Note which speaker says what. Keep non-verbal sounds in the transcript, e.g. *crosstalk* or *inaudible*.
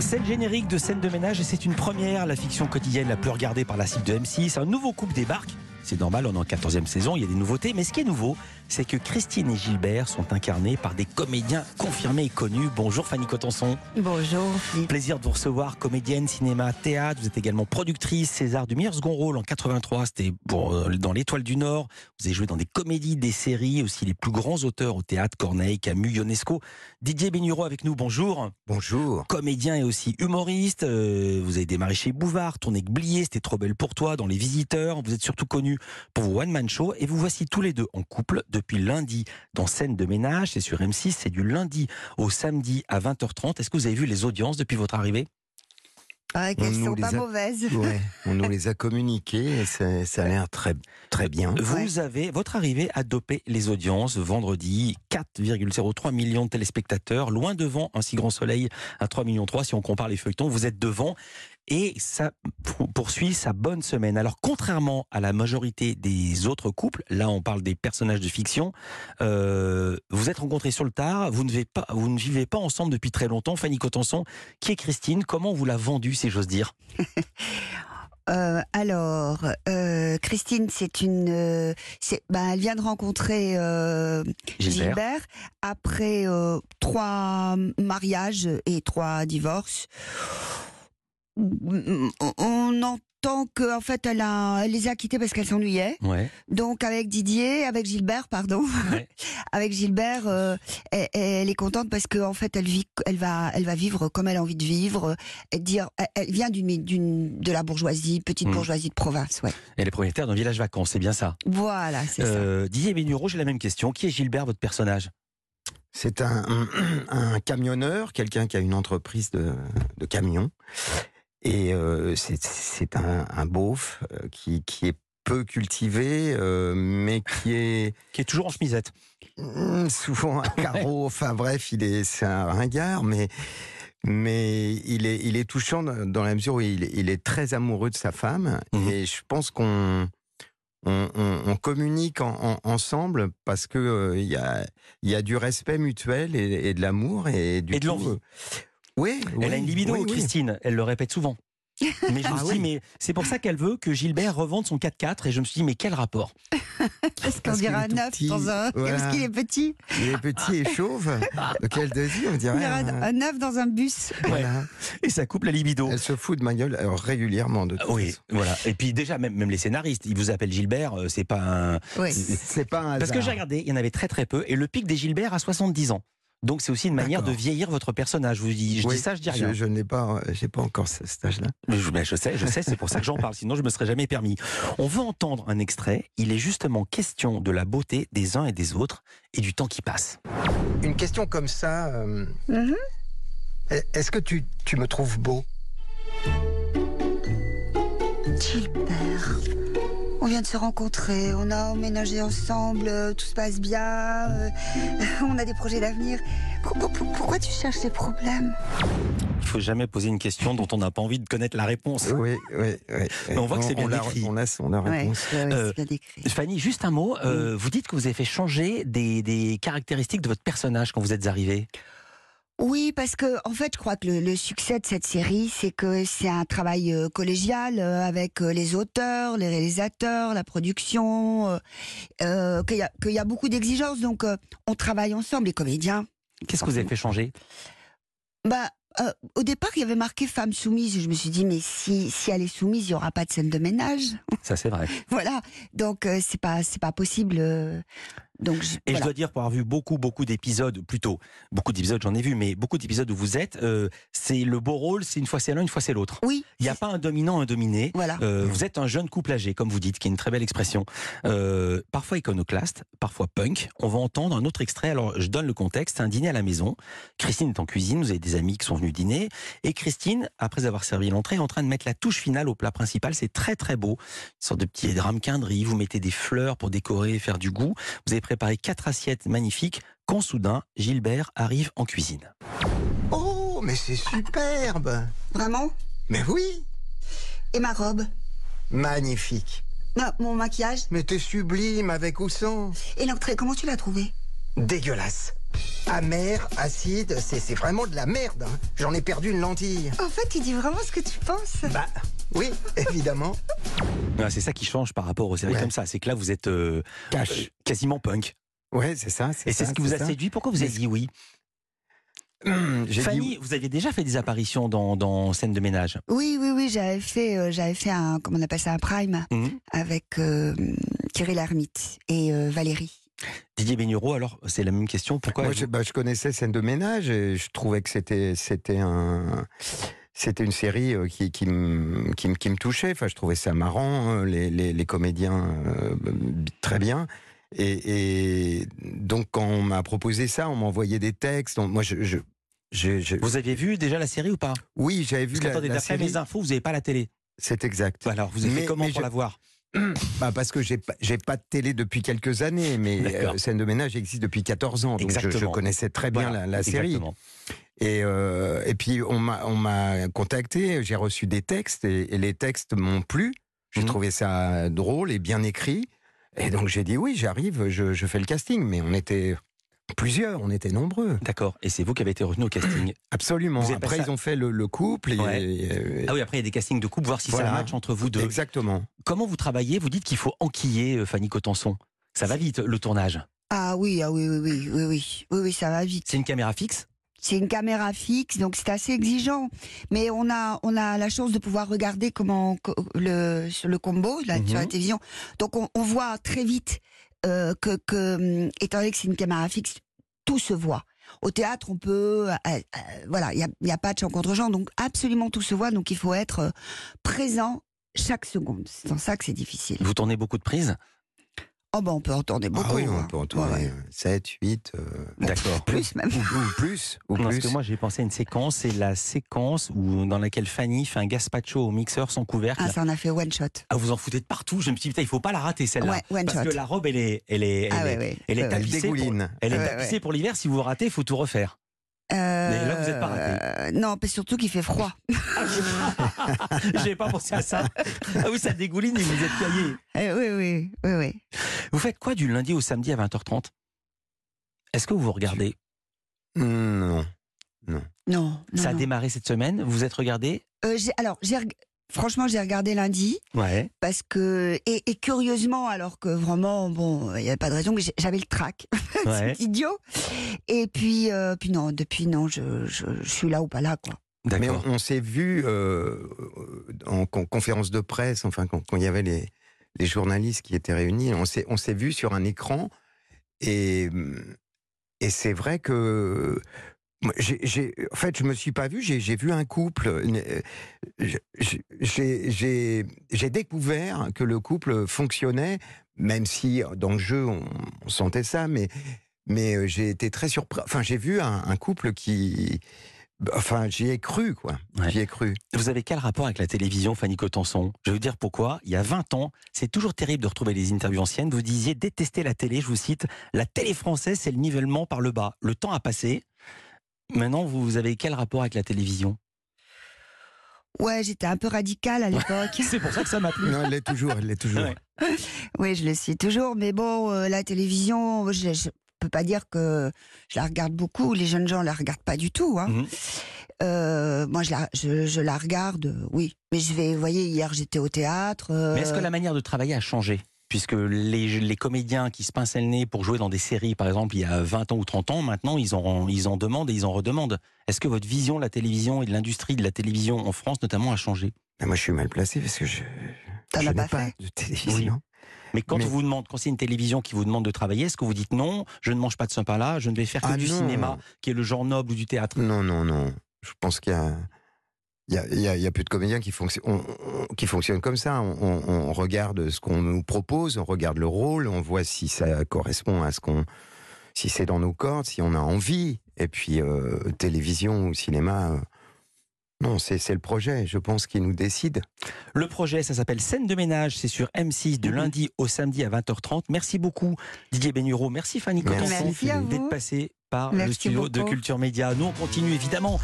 Speaker 1: C'est le générique de scène de ménage et c'est une première, la fiction quotidienne la plus regardée par la cible de M6. Un nouveau couple débarque. C'est normal, on est en 14e saison, il y a des nouveautés. Mais ce qui est nouveau, c'est que Christine et Gilbert sont incarnés par des comédiens confirmés et connus. Bonjour Fanny Cotenson.
Speaker 2: Bonjour.
Speaker 1: Plaisir de vous recevoir, comédienne, cinéma, théâtre. Vous êtes également productrice, César du meilleur second rôle en 83. C'était pour, euh, dans l'Étoile du Nord. Vous avez joué dans des comédies, des séries, aussi les plus grands auteurs au théâtre, Corneille, Camus, Ionesco. Didier Bénureau avec nous, bonjour.
Speaker 3: Bonjour.
Speaker 1: Comédien et aussi humoriste. euh, vous avez démarré chez Bouvard, tourné avec Blier, c'était trop belle pour toi, dans Les Visiteurs. Vous êtes surtout connu pour vos one-man shows. Et vous voici tous les deux en couple depuis lundi dans Scène de ménage. C'est sur M6, c'est du lundi au samedi à 20h30. Est-ce que vous avez vu les audiences depuis votre arrivée
Speaker 2: Ah,
Speaker 3: On
Speaker 2: qu'elles
Speaker 3: nous
Speaker 2: sont
Speaker 3: les
Speaker 2: pas
Speaker 3: a-
Speaker 2: mauvaises.
Speaker 3: Ouais, on nous les a communiqués et ça, ça a l'air très, très bien.
Speaker 1: Vous avez, votre arrivée a dopé les audiences vendredi. 4,03 millions de téléspectateurs, loin devant un si grand soleil à 3,3 millions si on compare les feuilletons. Vous êtes devant et ça pour- poursuit sa bonne semaine. Alors, contrairement à la majorité des autres couples, là on parle des personnages de fiction, euh, vous êtes rencontrés sur le tard, vous ne, vivez pas, vous ne vivez pas ensemble depuis très longtemps. Fanny Cotenson, qui est Christine Comment on vous l'a vendue, si j'ose dire
Speaker 2: Euh, alors, euh, Christine, c'est une. euh, c'est- ben, elle vient de rencontrer euh, Gilbert. après euh, trois mariages et trois divorces. Mm, On- On entend que en fait, elle, a, elle les a quittés parce qu'elle s'ennuyait.
Speaker 1: Ouais.
Speaker 2: Donc avec Didier, avec Gilbert, pardon,
Speaker 1: Ouais.
Speaker 2: *laughs* avec Gilbert, euh, elle, elle est contente parce qu'en en fait elle vit, elle va, elle va vivre comme elle a envie de vivre. euh, Et dire, elle, elle vient d'une, d'une, de la bourgeoisie, petite
Speaker 3: Mm.
Speaker 1: Mhm.
Speaker 2: bourgeoisie de province, ouais.
Speaker 1: Elle est propriétaire d'un village vacances, c'est bien ça
Speaker 2: Voilà, c'est ça.
Speaker 1: Euh, Didier Bénureau, j'ai la même question. Qui est Gilbert, votre personnage
Speaker 3: C'est un, un camionneur, quelqu'un qui a une entreprise de, de camions. Et euh, c'est- c'est un, un beauf euh, qui, qui est peu cultivé, euh, mais qui est
Speaker 1: Qui est toujours en chemisette.
Speaker 3: mm, souvent à carreau. Enfin bref, il est, c'est un ringard, mais, mais il, est, il est touchant dans dans la mesure où il, est- il est très amoureux de sa femme.
Speaker 1: Mhm.
Speaker 3: Et je pense qu'on on, on- on communique en- en- ensemble parce que euh, il y, a, il y a du respect mutuel et, et de l'amour et du
Speaker 1: Et de
Speaker 3: coup,
Speaker 1: l'envie.
Speaker 3: euh, Oui,
Speaker 1: elle a
Speaker 3: oui,
Speaker 1: une libido,
Speaker 3: oui, oui.
Speaker 1: Christine. Elle le répète
Speaker 3: *laughs*
Speaker 1: souvent. Mais je me
Speaker 3: Ah
Speaker 1: suis
Speaker 3: oui.
Speaker 1: dit, mais c'est pour ça qu'elle veut que Gilbert revende son 4x4. Et je me suis dit, mais quel rapport
Speaker 2: Est-ce qu'on
Speaker 3: parce qu'il
Speaker 2: dira
Speaker 3: est tout
Speaker 2: neuf
Speaker 3: petit,
Speaker 2: dans un,
Speaker 3: voilà.
Speaker 2: parce qu'il est petit,
Speaker 3: Il est petit et
Speaker 2: *laughs*
Speaker 3: chauve. De quel désir, on
Speaker 2: on
Speaker 3: dirait.
Speaker 2: dira
Speaker 3: hein.
Speaker 2: un neuf dans un bus.
Speaker 3: Voilà.
Speaker 1: Et ça coupe la libido.
Speaker 3: Elle se fout de ma gueule alors, régulièrement de toute
Speaker 1: Ah Oui,
Speaker 3: façon.
Speaker 1: voilà. Et puis déjà, même, même les scénaristes, ils vous appellent Gilbert, euh, c'est pas un...
Speaker 2: Ouais.
Speaker 3: C'est pas un
Speaker 1: Parce que
Speaker 3: hasard.
Speaker 1: j'ai regardé, il y en avait très très peu, et le pic des Gilbert à 70 ans. Donc c'est aussi une manière de
Speaker 3: D'accord.
Speaker 1: vieillir votre personnage. Je vous dis, je
Speaker 3: Oui,
Speaker 1: dis ça, je dis rien.
Speaker 3: Je, n'ai pas, euh, j'ai pas encore ce stage-là.
Speaker 1: Mais Je, mais je sais, je sais, c'est pour ça que j'en parle, sinon je me serais jamais permis. On veut entendre un extrait, il est justement question de la beauté des uns et des autres et du temps qui passe.
Speaker 3: Une question comme ça, euh,
Speaker 2: Mhm.
Speaker 3: est-ce que tu, tu me trouves beau
Speaker 2: Gilbert. On vient de se rencontrer, on a emménagé ensemble, euh, tout se passe bien, euh, *laughs* on a des projets d'avenir. Pour- pour- pour- Pourquoi tu cherches des problèmes
Speaker 1: Il faut jamais poser une question dont on n'a pas envie de connaître la réponse.
Speaker 3: Oui, oui, oui.
Speaker 1: Mais on voit que c'est bien
Speaker 3: l'a-
Speaker 1: écrit.
Speaker 3: On a son la
Speaker 2: Ouais,
Speaker 3: réponse.
Speaker 2: ouais, ouais,
Speaker 1: Euh,
Speaker 2: c'est bien décrit.
Speaker 1: Fanny, juste un mot, euh, vous dites que vous avez fait changer des, des caractéristiques de votre personnage quand vous êtes arrivé.
Speaker 2: Oui, parce que en fait, je crois que le, le succès de cette série, c'est que c'est un travail euh, collégial euh, avec euh, les auteurs, les réalisateurs, la production, euh, euh, qu'il y, a- qu'il y a beaucoup d'exigences, donc euh, on travaille ensemble, les comédiens.
Speaker 1: Qu'est-ce que vous avez fait changer
Speaker 2: Bah, euh, au départ, il y avait marqué femme soumise. Je me suis dit, mais si, si elle est soumise, il n'y aura pas de scène de ménage. *laughs*
Speaker 1: Ça c'est vrai.
Speaker 2: voilà. Donc, euh, c'est pas, c'est pas possible. euh, donc, je-
Speaker 1: Et je
Speaker 2: voilà.
Speaker 1: dois dire, pour avoir vu beaucoup, beaucoup d'épisodes, plutôt, beaucoup d'épisodes, j'en ai vu, mais beaucoup d'épisodes où vous êtes, euh, c'est le beau rôle, c'est une fois c'est l'un, une fois c'est l'autre.
Speaker 2: Oui.
Speaker 1: Il n'y a pas un dominant, un dominé.
Speaker 2: Voilà.
Speaker 1: Euh, vous êtes un jeune couple âgé, comme vous dites, qui est une très belle expression. Euh, parfois iconoclaste, parfois punk. On va entendre un autre extrait. Alors, je donne le contexte. C'est un dîner à la maison. Christine est en cuisine. Vous avez des amis qui sont venus dîner. Et Christine, après avoir servi l'entrée, est en train de mettre la touche finale au plat principal. C'est très, très beau. Une sorte de petit ramequindrie. Vous mettez des fleurs pour décorer et faire du goût. Vous avez préparé quatre assiettes magnifiques. Quand soudain, Gilbert arrive en cuisine.
Speaker 3: Oh, mais c'est superbe
Speaker 2: Vraiment
Speaker 3: Mais oui
Speaker 2: Et ma robe
Speaker 3: Magnifique
Speaker 2: Ma- Mon maquillage
Speaker 3: Mais t'es sublime avec ou sans
Speaker 2: Et l'entrée, comment tu l'as trouvée
Speaker 3: Dégueulasse amer, acide, c'est c'est vraiment de la merde. hein. J'en ai perdu une lentille.
Speaker 2: En fait, tu dis vraiment ce que tu penses.
Speaker 3: Bah oui, évidemment.
Speaker 1: Ouais, Ah, c'est ça qui change par rapport aux séries
Speaker 3: Ouais.
Speaker 1: comme ça. C'est que là, vous êtes euh, euh, quasiment punk.
Speaker 3: Ouais, c'est ça.
Speaker 1: Et c'est
Speaker 3: ça,
Speaker 1: ce qui vous a
Speaker 3: ça.
Speaker 1: séduit. Pourquoi vous avez dit oui
Speaker 3: Hum, j'ai dit
Speaker 1: Fanny, vous aviez déjà fait des apparitions dans, dans scène de ménage.
Speaker 2: Oui, oui, oui, j'avais fait, euh, j'avais fait un, comment on appelle ça, un prime
Speaker 1: Mhm.
Speaker 2: avec euh, Thierry Lhermitte et euh, Valérie.
Speaker 1: Didier Bénureau, alors, c'est la même question. Pourquoi
Speaker 3: Moi, je, bah, je connaissais Scène de ménage et je trouvais que c'était c'était un c'était une série euh, qui qui me qui me- qui me touchait. Enfin, je trouvais ça marrant, euh, les les, les comédiens euh, très bien. Et, et donc quand on m'a proposé ça, on m'envoyait des textes. Donc, moi, je, je, je- je-
Speaker 1: vous aviez vu déjà la série ou pas
Speaker 3: oui, j'avais vu
Speaker 1: Parce
Speaker 3: la,
Speaker 1: qu'attendez,
Speaker 3: la
Speaker 1: d'après
Speaker 3: série.
Speaker 1: mes infos, vous n'avez pas la télé.
Speaker 3: C'est exact.
Speaker 1: Alors, vous avez
Speaker 3: Mais-
Speaker 1: fait comment
Speaker 3: mais
Speaker 1: pour
Speaker 3: je-
Speaker 1: la voir
Speaker 3: Bah, parce que j'ai pas j'ai pas de télé depuis quelques années, mais
Speaker 1: D'accord.
Speaker 3: euh, Scène de ménage existe depuis 14 ans. Donc je, je
Speaker 1: Exactement.
Speaker 3: connaissais très bien
Speaker 1: Voilà,
Speaker 3: la, la série.
Speaker 1: Exactement.
Speaker 3: Et, euh, et puis on m'a on m'a contacté, j'ai reçu des textes et, et les textes m'ont plu. J'ai
Speaker 1: Mhm.
Speaker 3: trouvé ça drôle et bien écrit. Et donc j'ai dit oui, j'arrive, je, je fais le casting. Mais on était plusieurs, on était nombreux.
Speaker 1: D'accord. Et c'est vous qui avez été retenu au
Speaker 3: Euh,
Speaker 1: casting.
Speaker 3: Absolument.
Speaker 1: Vous êtes
Speaker 3: Après,
Speaker 1: passé à-
Speaker 3: ils ont fait le, le couple. Et,
Speaker 1: Ouais.
Speaker 3: et-
Speaker 1: Ah oui, après, il y a des castings de couple, voir si ça
Speaker 3: Voilà.
Speaker 1: match entre vous deux.
Speaker 3: Exactement.
Speaker 1: Comment vous travaillez Vous dites qu'il faut enquiller euh, Fanny Cotenson. Ça va vite, le tournage.
Speaker 2: Ah oui, ah oui, oui, oui, oui, oui, oui, oui, ça va vite.
Speaker 1: C'est une caméra fixe
Speaker 2: C'est une caméra fixe, donc c'est assez exigeant. Mais on a, on a la chance de pouvoir regarder comment co- le, sur le combo, là,
Speaker 1: Mhm.
Speaker 2: sur la télévision. Donc on, on voit très vite euh, que, que, hum, étant donné que c'est une caméra fixe, tout se voit. Au théâtre, on peut, euh, euh, voilà, il n'y a, il y a pas de champ contre champ, donc absolument tout se voit. Donc il faut être euh, présent chaque seconde. C'est dans ça que c'est difficile.
Speaker 1: Vous tournez beaucoup de prises
Speaker 2: Oh ben on peut entendre beaucoup.
Speaker 3: ah oui, on
Speaker 2: hein.
Speaker 3: peut entendre
Speaker 2: Ouais, ouais.
Speaker 3: 7, 8,
Speaker 1: D'accord.
Speaker 2: Plus même.
Speaker 3: euh, ou, ou plus. Ou
Speaker 1: Non, Parce
Speaker 3: plus.
Speaker 1: que moi j'ai pensé à une séquence, c'est la séquence où, dans laquelle Fanny fait un gazpacho au mixeur sans couvercle.
Speaker 2: Ah, ça en a fait one shot.
Speaker 1: Ah, vous en foutez de partout. Je me suis dit, putain, il faut pas la rater celle-là.
Speaker 2: Ouais, one
Speaker 1: Parce
Speaker 2: shot.
Speaker 1: que la robe, elle est, elle est, elle
Speaker 2: Ah
Speaker 1: est,
Speaker 2: ouais, ouais.
Speaker 1: elle est
Speaker 2: Ouais, ouais.
Speaker 1: à
Speaker 3: Elle
Speaker 1: lycée
Speaker 3: dégouline.
Speaker 1: elle est
Speaker 2: Ouais,
Speaker 1: tapissée pour l'hiver. Si vous ratez, il faut tout refaire. Mais là, vous êtes pas raté.
Speaker 2: Euh, non, mais surtout qu'il fait froid.
Speaker 1: Ah, *laughs* j'ai- J'avais pas pensé à ça. Ah oui, ça dégouline et vous êtes caillé.
Speaker 2: Euh, oui, oui, oui, oui.
Speaker 1: Vous faites quoi du lundi au samedi à 20h30 Est-ce que vous regardez
Speaker 3: Non.
Speaker 2: Non. non,
Speaker 1: Ça a
Speaker 2: non.
Speaker 1: démarré cette semaine. Vous êtes regardé
Speaker 2: Euh, j'ai- alors, j'ai reg- franchement, j'ai regardé lundi
Speaker 1: Ouais.
Speaker 2: parce que et, et curieusement, alors que vraiment, bon, il n'y avait pas de raison, mais j'ai- j'avais le trac, *laughs*
Speaker 1: Ouais.
Speaker 2: C'est idiot. Et puis, euh, puis non, depuis non, je, je- je suis là ou pas là, quoi.
Speaker 3: Mais
Speaker 1: D'accord.
Speaker 3: on, on s'est vu euh, en con- conférence de presse, enfin quand quand il y avait les, les journalistes qui étaient réunis, on s'est on s'est vu sur un écran et et c'est vrai que moi, j'ai- j'ai- en fait je me suis pas vu, j'ai j'ai vu un couple, une- euh, je- je- j'ai j'ai- j'ai découvert que le couple fonctionnait, même si euh, dans le jeu on, on sentait ça, mais mais euh, j'ai été très surpris. Enfin j'ai vu un, un couple qui bah, Enfin, j'y ai cru, quoi.
Speaker 1: Ouais.
Speaker 3: J'y ai cru.
Speaker 1: Vous avez quel rapport avec la télévision, Fanny Cotenson Je vais vous dire pourquoi. Il y a 20 ans, c'est toujours terrible de retrouver les interviews anciennes. Vous disiez détester la télé, je vous cite. La télé française, c'est le nivellement par le bas. Le temps a passé. Maintenant, vous vous avez quel rapport avec la télévision
Speaker 2: Ouais, j'étais un peu radicale à l'époque.
Speaker 1: C'est pour ça que ça m'a plu.
Speaker 3: Non, elle l'est toujours, elle l'est toujours.
Speaker 1: Ouais.
Speaker 2: oui, je le suis toujours, mais bon, euh, la télévision, je, je peux pas dire que je la regarde beaucoup. Les jeunes gens la regardent pas du tout. Hein.
Speaker 1: Mhm.
Speaker 2: Euh, moi, je la, je, je la regarde, euh, oui. Mais je vais, vous voyez, hier j'étais au théâtre. euh,
Speaker 1: Mais est-ce que la manière de travailler a changé Puisque les, les comédiens qui se pinçaient le nez pour jouer dans des séries, par exemple, il y a 20 ans ou 30 ans, maintenant, ils en, ils en demandent et ils en redemandent. Est-ce que votre vision de la télévision et de l'industrie de la télévision en France, notamment, a changé
Speaker 3: Ah, Moi, je suis mal placé parce que je,
Speaker 2: T'en
Speaker 3: je
Speaker 2: as
Speaker 3: n'ai
Speaker 2: pas
Speaker 3: pas,
Speaker 2: fait
Speaker 3: de télévision.
Speaker 1: Mais quand
Speaker 3: Mais-
Speaker 1: on vous demande, quand c'est une télévision qui vous demande de travailler, est-ce que vous dites non, je ne mange pas de ce pain-là, je ne vais faire que
Speaker 3: Ah
Speaker 1: du
Speaker 3: non. Mm.
Speaker 1: cinéma, qui est le genre noble ou du théâtre
Speaker 3: Non, non, non. Je pense qu'il y a... Il y, a, il y a- il y a peu de comédiens qui, fonctionnent- on- on- qui fonctionnent comme ça. On, on- on regarde ce qu'on nous propose, on regarde le rôle, on voit si ça correspond à ce qu'on, si c'est dans nos cordes, si on a envie. Et puis euh, télévision ou cinéma, euh, non, c'est c'est le projet. Je pense qui nous décide.
Speaker 1: Le projet, ça s'appelle Scène de ménage, c'est sur M6 de lundi au samedi à 20h30. Merci beaucoup Didier Bénureau, merci Fanny
Speaker 3: Merci,
Speaker 1: Cotenson
Speaker 2: Merci à
Speaker 1: d'être
Speaker 2: vous.
Speaker 1: passée par le
Speaker 2: Merci
Speaker 1: studio de
Speaker 2: beaucoup.
Speaker 1: Culture Média. Nous, on continue évidemment